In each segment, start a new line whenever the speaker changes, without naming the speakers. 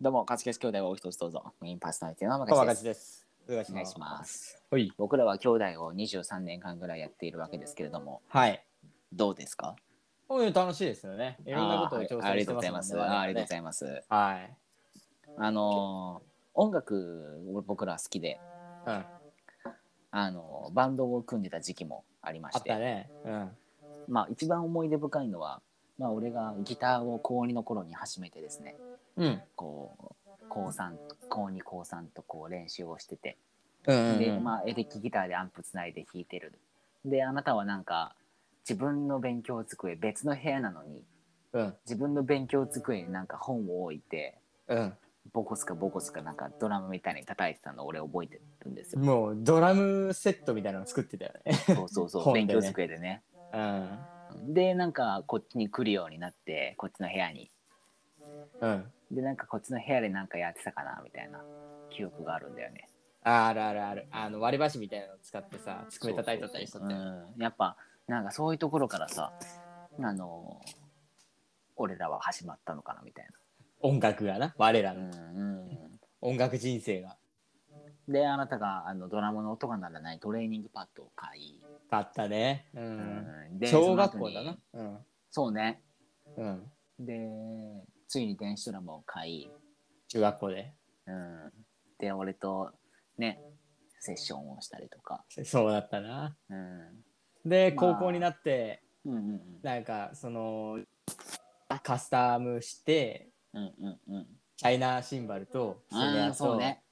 どうも、勝ち消し兄弟をお一つどうぞ。メインパーソナリティの天
川
勝で
勝
す。
です。お願いし
お願
ま
い
す
し。ます。
はい。
僕らは兄弟を23年間ぐらいやっているわけですけれども、
はい。
どうですか
うん、楽しいですよね。いろんなことを挑
あーはいあ
戦
り
し
がと
て
うご
ま
ざ
す
い
もん
ま
ね
す。あありがとうご
我
ざいます。
々ね
あのー、音楽、僕ら好きで、
はい。うん。
あのー、バンドを組んでた時期もありま
あ
し
った
て、
ね。うん。
まあ、一番思い出深いのは、まあ、俺がギターを高2の頃に始めてですね、
うん。
こう、高3、高2、高3とこう練習をしてて、
うん。
で、まあ、エレキギターでアンプつないで弾いてる。で、あなたはなんか、自分の勉強机、別の部屋なのに、
うん。
自分の勉強机になんか本を置いて、
うん。
ボコスかボコスかなんかドラムみたいに叩いてたのを俺覚えてるんですよ。
もう、ドラムセットみたいなの作ってたよね。
そうそうそう、
本
勉
でね
強机でね。
うん。
で、なんかこっちに来るようになって、こっちの部屋に。
うん。
で、なんかこっちの部屋でなんかやってたかな、みたいな記憶があるんだよね。
あるあるある。あの、割り箸みたいなの使ってさ、机叩いとったりしとったよ。
うんやっぱなんかそういうところからさあの俺らは始まったのかなみたい
音楽がな。我ら
な、
の音楽人生が。
であなたがあのドラムの音が鳴らないトレーニングパッドを買い、
買ったね。う。
うんで
小学校だな
その後に。
うん。
そうね
うん。
でついに電子ドラムを買い、
中学校で。
うん、で俺とねセッションをしたりとか、
そうだったな。
うん、
で、
まあ
高校になって、
うんうん
なんかそのカスタムして
うんうんうんうん
チャイナシンバルとそ
あ
れ
あそう
と
ね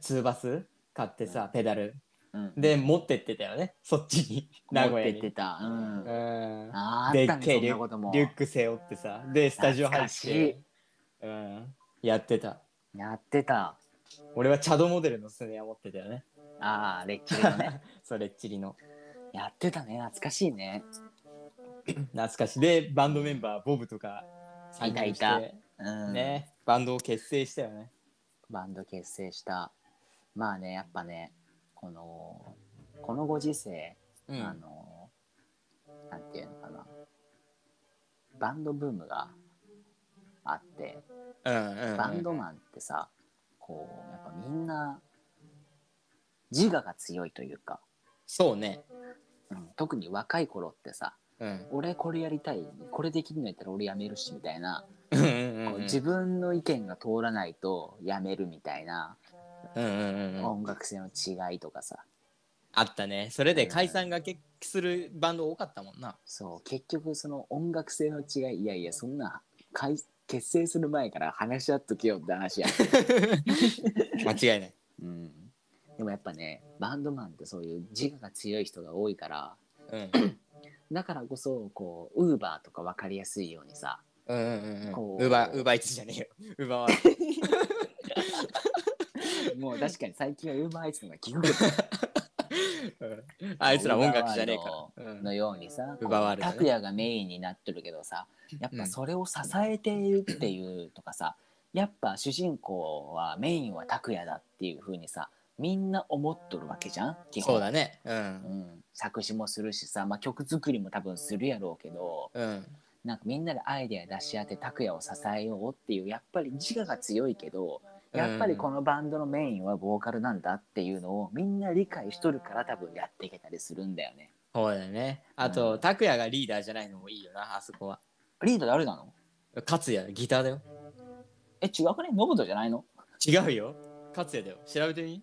ツーバス買ってさペダル
うん
で持ってってたよねそっちに
持
名
っ
古屋
てっ
に
てた、うん
うんあ
あー
で
あ
っ
ったね
けえ
そん
リュ
なことも
リュック背負ってさでスタジオ入っ
懐
て、うん、やってた
やってた
俺はチャドモデルのスネア持ってたよね
ああレッチリのね
それっちりの
やってたね懐かしいね
懐かしいでバンドメンバーボブとか参加して
いたいうん
ねバンドを結成したよね
バンド結成したまあねやっぱねこのこのご時世、
うん
あのなんていうのかなバンドブームがあって
うんうんうん
バンドマンってさ、こうやっぱみんな自我が強いというか、
そうね
うん、特に若い頃ってさ
うん
俺これやりたいこれできるのやったら俺やめるしみたいな
うんうん
こ
う
うん自分の意見が通らないとやめるみたいな
うんうんうんうん
音楽性の違いとかさ
あったねそれで解散がけするバンド多かったもんな
そう結局その音楽性の違いいやいやそんな解結成する前から話し合っとけよって話や、
間違いない
うん、でもやっぱねバンドマンってそういう自我が強い人が多いから
うん
だからこそこうウーバーとか分かりやすいようにさ
うんうん
こ
うん
う
ウーバーウーバーイーツじゃねえよウーバーは
もう確かに最近はウーバーイーツのが聞くけど
うんあいつら音楽じゃねえからうん
のようにさ、
奪われたね
拓也がメインになってるけどさやっぱそれを支えているっていうとかさ、やっぱ主人公はメインは拓也だっていうふうにさみんな思っとるわけじゃん基本
そうだねう
うんん、作詞もするしさ、まあ、曲作りも多分するやろうけど
うん
なんかみんなでアイデア出し合って拓也を支えようっていうやっぱり自我が強いけどやっぱりこのバンドのメインはボーカルなんだっていうのをみんな理解しとるから多分やっていけたりするんだよね。
そうだねあ
う
と拓哉がリーダーじゃないのもいいよなあそこは
リード誰なの
勝也ギターだよ
え、違くねノブトじゃないの
違うよ勝也だよ調べてみ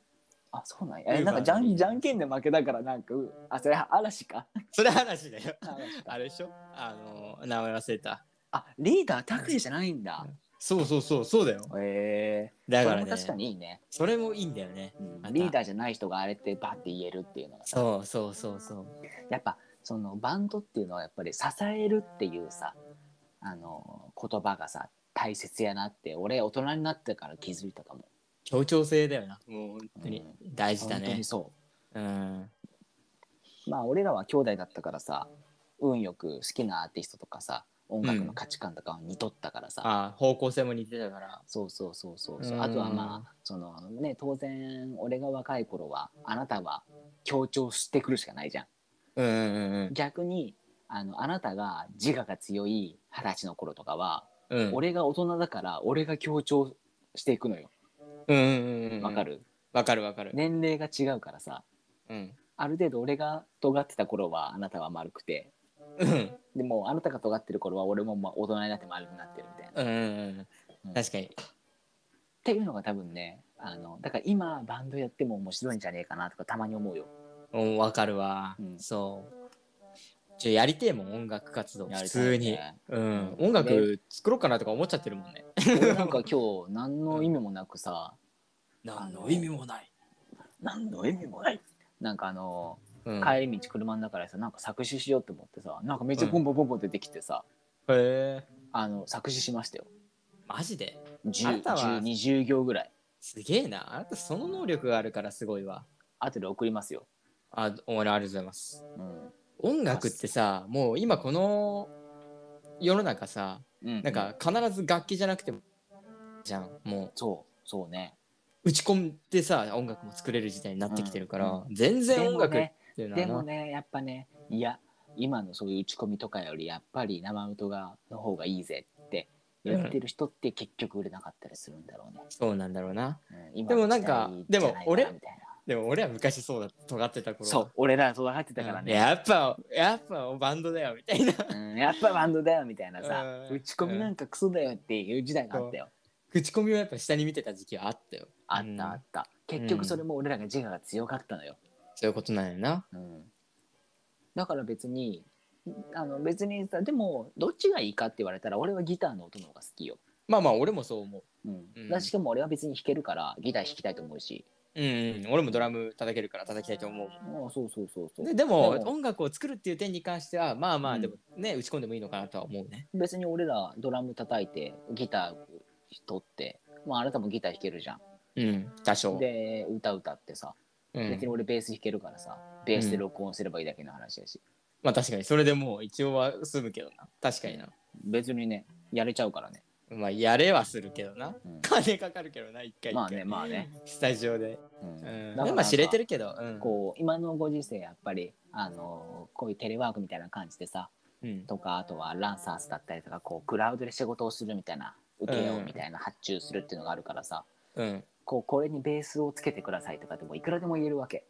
あ、そうなん
ウ
や。え
ーバー
なんかじゃ
のリ
ん
ー
じ
ダー
ゃんけんで負けだからなんか、うあ、それ嵐か。
それ話だ
嵐
よ
か
あれでしょあの名前忘れた
あ、リーダー拓也じゃないんだ。
そうそうそうそうだよ
へえ
だから
それ
ね
も確かにいいね。
それもいいんだよね
うん
また
リーダーじゃない人があれってバッて言えるっていうのがさ、
そうそうそうそう
やっぱそのバンドっていうのはやっぱり支えるっていうさ、あの、言葉がさ、大切やなって、俺大人になってから気づいたかも。
協調性だよなもう本当に大事だ
本当
ね
にそう。
うん
まあ俺らは兄弟だったからさ運よく好きなアーティストとかさ音楽の価値観とかを似とったからさ、
あ方向性も似てたから
そうそうそうそうそう
うん
あとはまあそのね当然俺が若い頃はあなたは強調してくるしかないじゃん
うんうんうん
逆にあのあなたが自我が強い二十歳の頃とかは、
うん
俺が大人だから俺が強調していくのよ
うんうんうん
わかる、
わかるわかる、
年齢が違うからさ
うん
ある程度俺が尖ってた頃はあなたは丸くて
うん
でもあなたが尖ってる頃は俺もまあ大人になって丸くなってるみたいなっ
うんうんうん確かに
ていうのが多分ねあのだから今バンドやっても面白いんじゃねえかなとかたまに思うよ
うんわかるわ、
うん
そうちょやりてえもん音楽活動
や
普
りた
通
いね
に、うん、
うん
音楽作ろうかなとか思っちゃってるもんね
俺なんか 今日何の意味もなくさ
何の
の
意
意
味
味
もない、
何の意味もないなんかあの
うん、へ
帰り道車の中でさなんか作詞しようと思ってさなんかめっちゃボンボンボンボン出てきてさ、
え
あの作詞しましたよ
マジであなたは
1020行ぐらい
すげえなあなたその能力があるからすごいわ
後で送りますよ、
あお前ありがとうございます
うん
音楽ってさもう今この世の中さ
うん、
なんか必ず楽器じゃなくてもじゃんもう
そうそうね
打ち込んでさ音楽も作れる時代になってきてるから、
うん
全然音楽っていうのは
で
な
もねやっぱねいや今のそういう打ち込みとかよりやっぱり生歌がの方がいいぜって言ってる人って結局売れなかったりするんだろうね、
そうなんだろうな
うん今
でも
の
なん
時代じゃ
か
いな
でも俺
みたいな
でも俺は昔そうだ尖ってた頃
そう俺らそう入ってたから
うん
ね、
やっぱやっぱバンドだよみたいな
うん、やっぱバンドだよみたいなさ
うん
打ち込みなんかクソだよっていう時代があったよ
口コミをやっぱ下に見てた時期はあったよ
あったあった、結局それも俺らが自我が強かったのよ、
そういうことなんやな
うん、だから別にあの別にさでもどっちがいいかって言われたら俺はギターの音の方が好きよ、
まあまあ俺もそう思
うん
うん
だしかも俺は別に弾けるからギター弾きたいと思うし
ううん、うん、俺もドラム叩けるから叩きたいと思う
ああそうそうそうそう
ででも
でも
音楽を作るっていう点に関してはまあまあ
うん
でもね、打ち込んでもいいのかなとは思うね
別に俺らドラム叩いてギター取って、まあ、あなたもギター弾けるじゃ
うん多
ん
少
で歌歌ってさ
うん
別に俺ベース弾けるからさベースで録音すればいいだけの話だし、
まあ確かにそれでもう一応は済むけどな確かにな
別にねやれちゃうからね、
まあやれはするけどな
うん
金かかるけどな一回一回
まあねまあね、
スタジオで、
う
うんん、
だからなん
ま
か
あ知れてるけど、うん、
こう今のご時世やっぱりあのこういうテレワークみたいな感じでさ
うん、
とかあとはランサーズだったりとかこうクラウドで仕事をするみたいな受けよ
うん
うみたいな発注するっていうのがあるからさ、
うん。
こうこれにベースをつけてくださいとかでもいくらでも言えるわけ。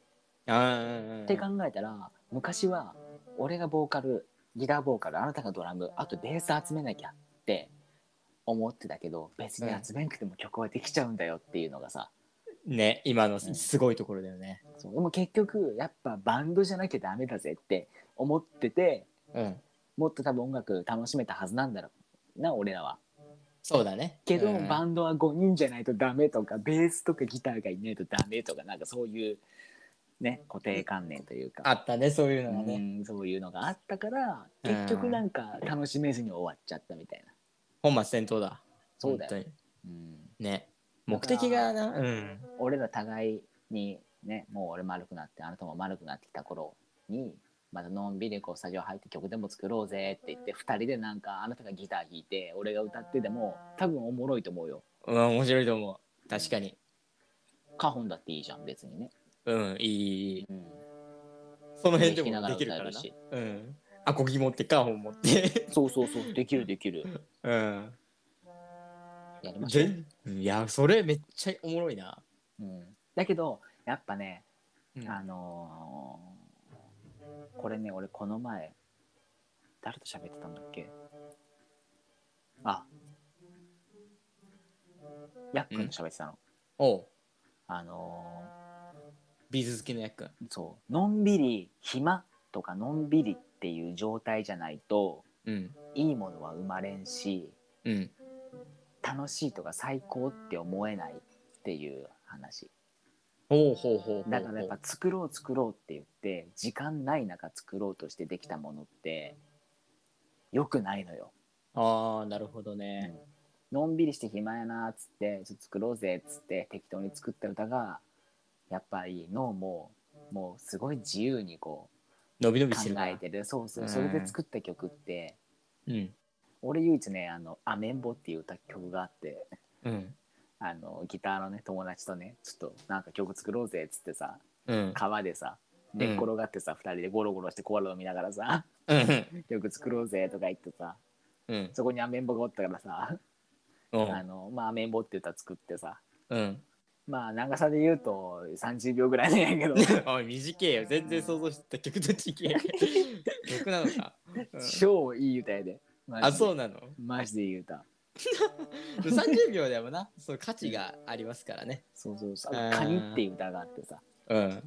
あ
って考えたら昔は俺がボーカルギターボーカルあなたがドラムあとベース集めなきゃって思ってたけど別に集めなくても曲はできちゃうんだよっていうのがさ、
ね、今の
うん
すごいところだよね。
そうでも結局やっぱバンドじゃなきゃダメだぜって思ってて
うん。
もっと多分音楽楽しめたはずなんだろうな俺らは。
そうだね。
けど、
うん
バンドは5人じゃないとダメとかベースとかギターがいないとダメとかなんかそういう、ね、固定観念というか、
あったね、そういうのが
う
ね。
んそういうのがあったから
うん
結局なんか楽しめずに終わっちゃったみたいな。
本末転倒だ。
そうだよ、
本当に
うん
ね。目的がな、うん。
俺ら互いに、ね、もう俺丸くなってあなたも丸くなってきた頃にまたのんびりこうスタジオ入って曲でも作ろうぜって言って2人でなんかあなたがギター弾いて俺が歌ってでも多分おもろいと思うよ。
うん、面白いと思う。確かに。
カホンだっていいじゃん別にね。
うん、いいいい。
うん
その辺でもできるからな
弾き。
うん。アコギ持って、カホン持って。
そうそうそう、できるできる。
うん。
やりましょう。
全いや、それめっちゃおもろいな。
うん、だけど、やっぱね、
うん
あのーこれね、俺この前、誰と喋ってたんだっけあ、ヤックンと喋ってたの。
おう
あの
ビーズ好きのやっくん。
ーそう、のんびり暇とかのんびりっていう状態じゃないと、
うん。
いいものは生まれんし、
うん。
楽しいとか最高って思えないっていう話。
ほうほうほうほうほう。
だからやっぱ作ろう作ろうって言って時間ない中作ろうとしてできたものって良くないのよ。
ああ、なるほどね。
のんびりして暇やなっつってちょっと作ろうぜっつって適当に作った歌がやっぱり脳ももうすごい自由にこ
伸び伸
う
び
考
してるから
えてるそうそううんそれで作った曲って
うん。
俺唯一ね「あのアメンボ」っていう歌曲があって
うん。
あのギターのね友達とねちょっとなんか曲作ろうぜっつってさ
うん。
川でさ寝っ転がってさ2人でゴロゴロしてコアラを見ながらさ
うん。
曲作ろうぜとか言ってさ
うん。
そこにアメンボがおったからさ
う
あ
ん
のまあ綿棒って歌作ってさ
うん。
まあ長さで言うと30秒ぐらいなんやけど
おい、短えよ。全然想像してた曲と違え。 曲なのか。うん
超いい歌やで
あ、そううなの
マジでいい歌
?30 秒でもな、そう価値がありますからね。
そうそうそう
う
「
ん
カニ」っていう歌があってさ
うん。
うん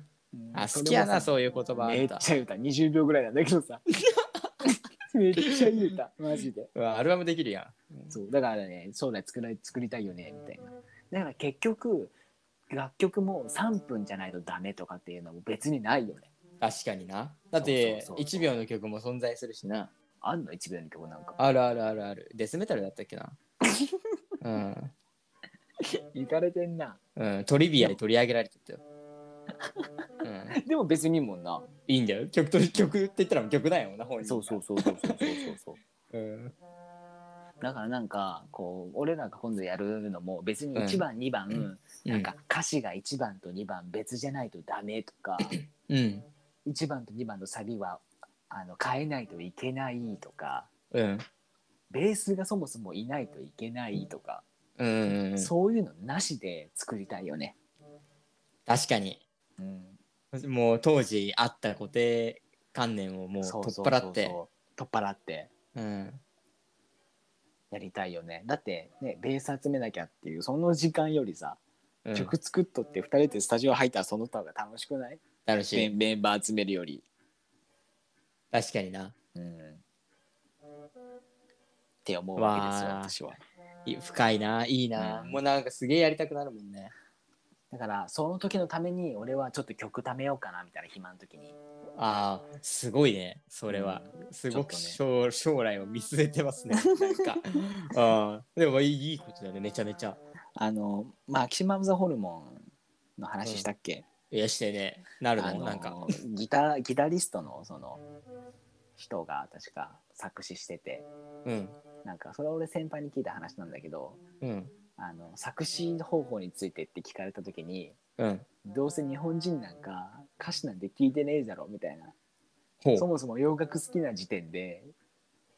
あ、好きやな、
それも
そういう言葉
さ
あ
めっ
った。
ちゃいい歌20秒ぐらいなんだけどさめっちゃいい歌マジで
うわアルバムできるや
そうだからね将来作ら作りたいよねみたいなだから結局楽曲も3分じゃないとダメとかっていうのも別にないよね
ん。確かにな。だって
そうそうそう
1秒の曲も存在するしな。
あんの1秒の曲なんか
あるあるあるある。デスメタルだった っけな。うん。
いかれてんな
うん、トリビアで取り上げられてたよ。うん、
でも別にいいもんない
いんだよ。曲と曲って言ったらもう曲だよな、本人
そうそうそうそうそうそうそう
う。うん。
だからなんかこう俺らが今度やるのも別に
うん
1番2番、
うん
なんか歌詞が1番と2番別じゃないとダメと か
うん。
1番と2番のサビはあの変えないといけないとか
うん。
ベースがそもそもいないといけないとか、
うんうんうん。
そういうのなしで作りたいよね。
確かに。
うん、
もう当時あった固定観念をもう
そう
取っ
そうそうそう
払って。
取っ払って
うん。
やりたいよねだってねベース集めなきゃっていうその時間よりさ、
うん
曲作っとって2人でスタジオ入ったらその他が楽しくない
なる
メ
し、
ンメンバー集めるより。
確かにな。
うんって思うわけですよ
わあ
私は。
い深いな、いいな。
うん
もうなんかすげえやりたくなるもんね。
だからその時のために俺はちょっと曲貯めようかなみたいな暇の時に
ああ、すごいね、それは。すごく
ち
将,、将来を見据えてますね。 なんかあーでもいいいいことだね、めちゃめちゃ。
あのマキシマム・ザ・ホルモンの話したっけ、
いやしてね、なるの、
あの
なんか。
ギタギタリストのその人が確か作詞してて
うん。
なんかそれは俺先輩に聞いた話なんだけど
うん。
あの作詞方法についてって聞かれた時に
うん。
どうせ日本人なんか歌詞なんて聞いてねえだろみたいな
ほう
そ。もそも洋楽好きな時点で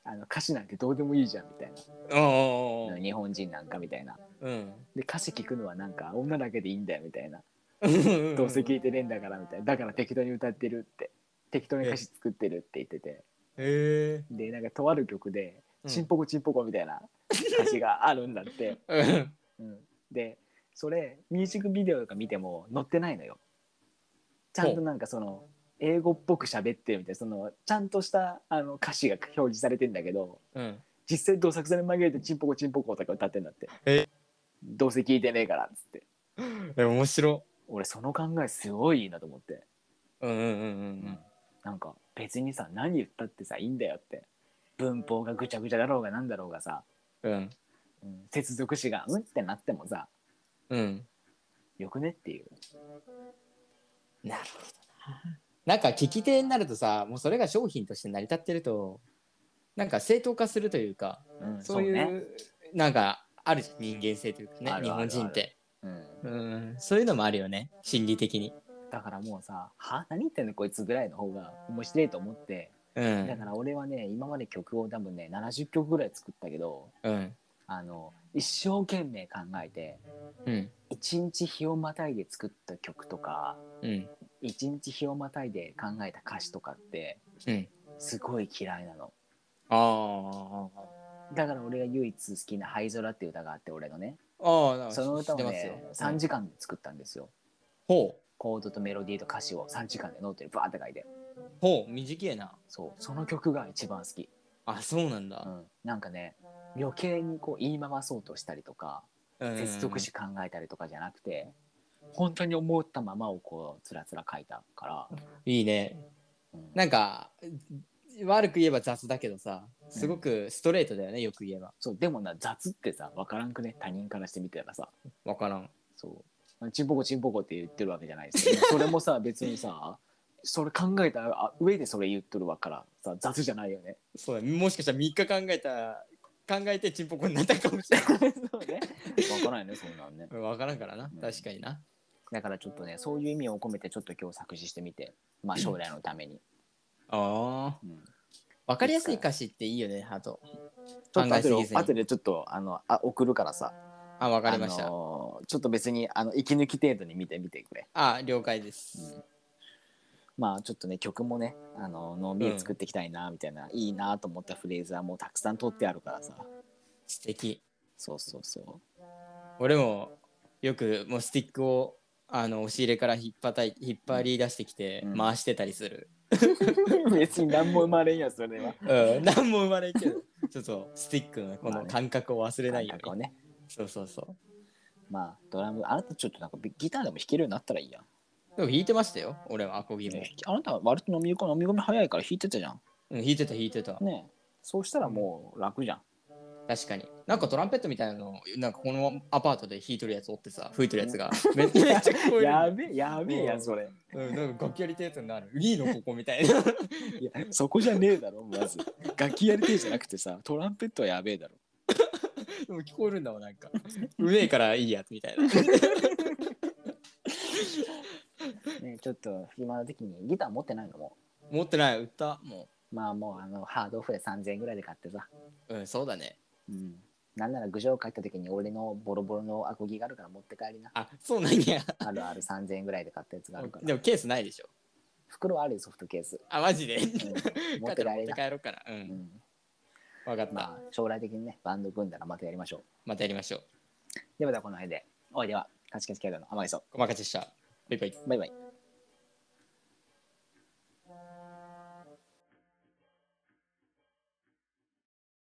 あの歌詞なんてどうでもいいじゃんみたい
うん
な日本人なんかみたいな
うん。
で歌詞聞くのはなんか女だけでいいんだよみたいな
うん。
どう せ聞いてねえんだからみたいなだから適当に歌ってるって適当に歌詞作ってるって言ってて
へ
でなんかとある曲で「
うん
チンポコチンポコ」みたいな歌詞があるんだって、
え。うん。
うん、でそれミュージックビデオとか見ても載ってないのよちゃんとなんかその英語っぽく喋ってるみたいなそのちゃんとしたあの歌詞が表示されてんだけど
うん。
実際どう作さに紛れて「チンポコチンポコ」とか歌ってんだって
え
どうせ聞いてねえからっつって
でも面白。
俺その考えすごいいいなと思って、
うんうんうんうん
なんか別にさ何言ったってさいいんだよって文法がぐちゃぐちゃだろうがなんだろうがさ、
うん。うん。
うん、接続詞が「うん?」ってなってもさ
うん。
よくねっていう
なるほどな。なんか聞き手になるとさ、もうそれが商品として成り立ってると、なんか正当化するというか、
うん
そういう、
ね
なんかあるじゃん、人間性というかね、
ある
日
あるあ
本
る
人って。
うん、
うん。そういうのもあるよね、心理的に。
だからもうさ「は何言ってんのこいつ」ぐらいの方が面白いと思って
う
だか
ん。
ら俺はね今まで曲を多分ね70曲ぐらい作ったけど
うん。
あの一生懸命考えて
うん。
一日日をまたいで作った曲とか
うん。
一日日をまたいで考えた歌詞とかって
うん。
すごい嫌いなの
ああ。
だから俺が唯一好きな「灰空」っていう歌があって俺のね
ああ、なんか
その歌を
知って
ね
ますよ
3時間で作ったんですよ
ほ
コードとメロディーと歌詞を3時間でノートにバーって書いて
う、ほう、短えな。
そうその曲が一番好き
あ、そうなん
う
だ。
ん、なんかね余計にこう言い回そうとしたりとか
うん
接続詞考えたりとかじゃなくて本当に思ったままをこうつらつら書いたから、
いいね。
うん
なんか、悪く言えば雑だけどさ、すごくストレートだよね、よく言えば。
そうでもな雑ってさ分からんくね他人からしてみたらさ
わからん。
そうチンポコチンポコって言ってるわけじゃないですよねそれもさ別にさそれ考えたあ上でそれ言っとるわからさ雑じゃないよね
そうだ、もしかしたら3日考えた、考えてチンポコになったかもしれ
そうね分からんよねそんなんね
ない。わからんからな
う、ん
確かにな。
だからちょっとねそういう意味を込めてちょっと今日作詞してみてまあ将来のために、
ああ。
うん
わかりやすい歌詞っていいよね、あと。
ちょっと
考えすぎ
後
ず
で
に
後でちょっとあのあ送るからさ
あわかりました、
あのーちょっと別にあの息抜き程度に見てみてくれ
あ了解です、
まあちょっとね曲もねあののんびり作っていきたいなみたいな、いいなと思ったフレーズはもうたくさん取ってあるからさ
素敵
そうそうそう
俺もよくもうスティックをあの押し入れから引っ張たい引っ張り出してきて
うん
回してたりする、
別に何も生まれんやそれは
うん、 何も生まれんけどちょっとスティックのこ
まあ
の
ね
感覚を忘れな
感
いよ
覚
う
を
に、
ね
そうそうそ
まあドラムあなたちょっとなんかギターでも弾けるようになったらいいやん
うでも弾いてましたよ俺はアコギも、
あなたは割と飲み込み飲み込み早いから弾いてたじゃん
うん、弾いてた弾いてた、
ねえそうしたらもう楽じゃん
確かになんかトランペットみたいなのなんかこのアパートで弾いとるやつおってさ吹いとるやつがめめっちゃ 聞こえる
やべえやべえやんそれ
うん、なんか楽器やりたいやつになるいいのここみたいな
いやそこじゃねえだろまず楽器やりてえじゃなくてさトランペットはやべえだろ
でも聞こえるんだわなんかうめえからいいやつみたいな
ねちょっと暇な時にギター持ってないのも
持ってない売ったも
まあもうあのハードオフで3000円ぐらいで買ってさ、
ううんそうだね
うん、なんなら郡上帰った時に俺のボロボロのアコギがあるから持って帰りな
あそうなんや
あるある3000円ぐらいで買ったやつがあるから
でもケースないでしょ
袋あるよソフトケース、
あマジで
うん、持って帰
帰
り
ったら持っ
な
て、帰ろうかなう
うんん、
分かった、
まあ将来的にねバンド組んだらまたやりましょう
またやりましょう
ではではこの辺でおいでは勝ち消しキャラの甘いそ
お任せしたバイバイ
バイバイ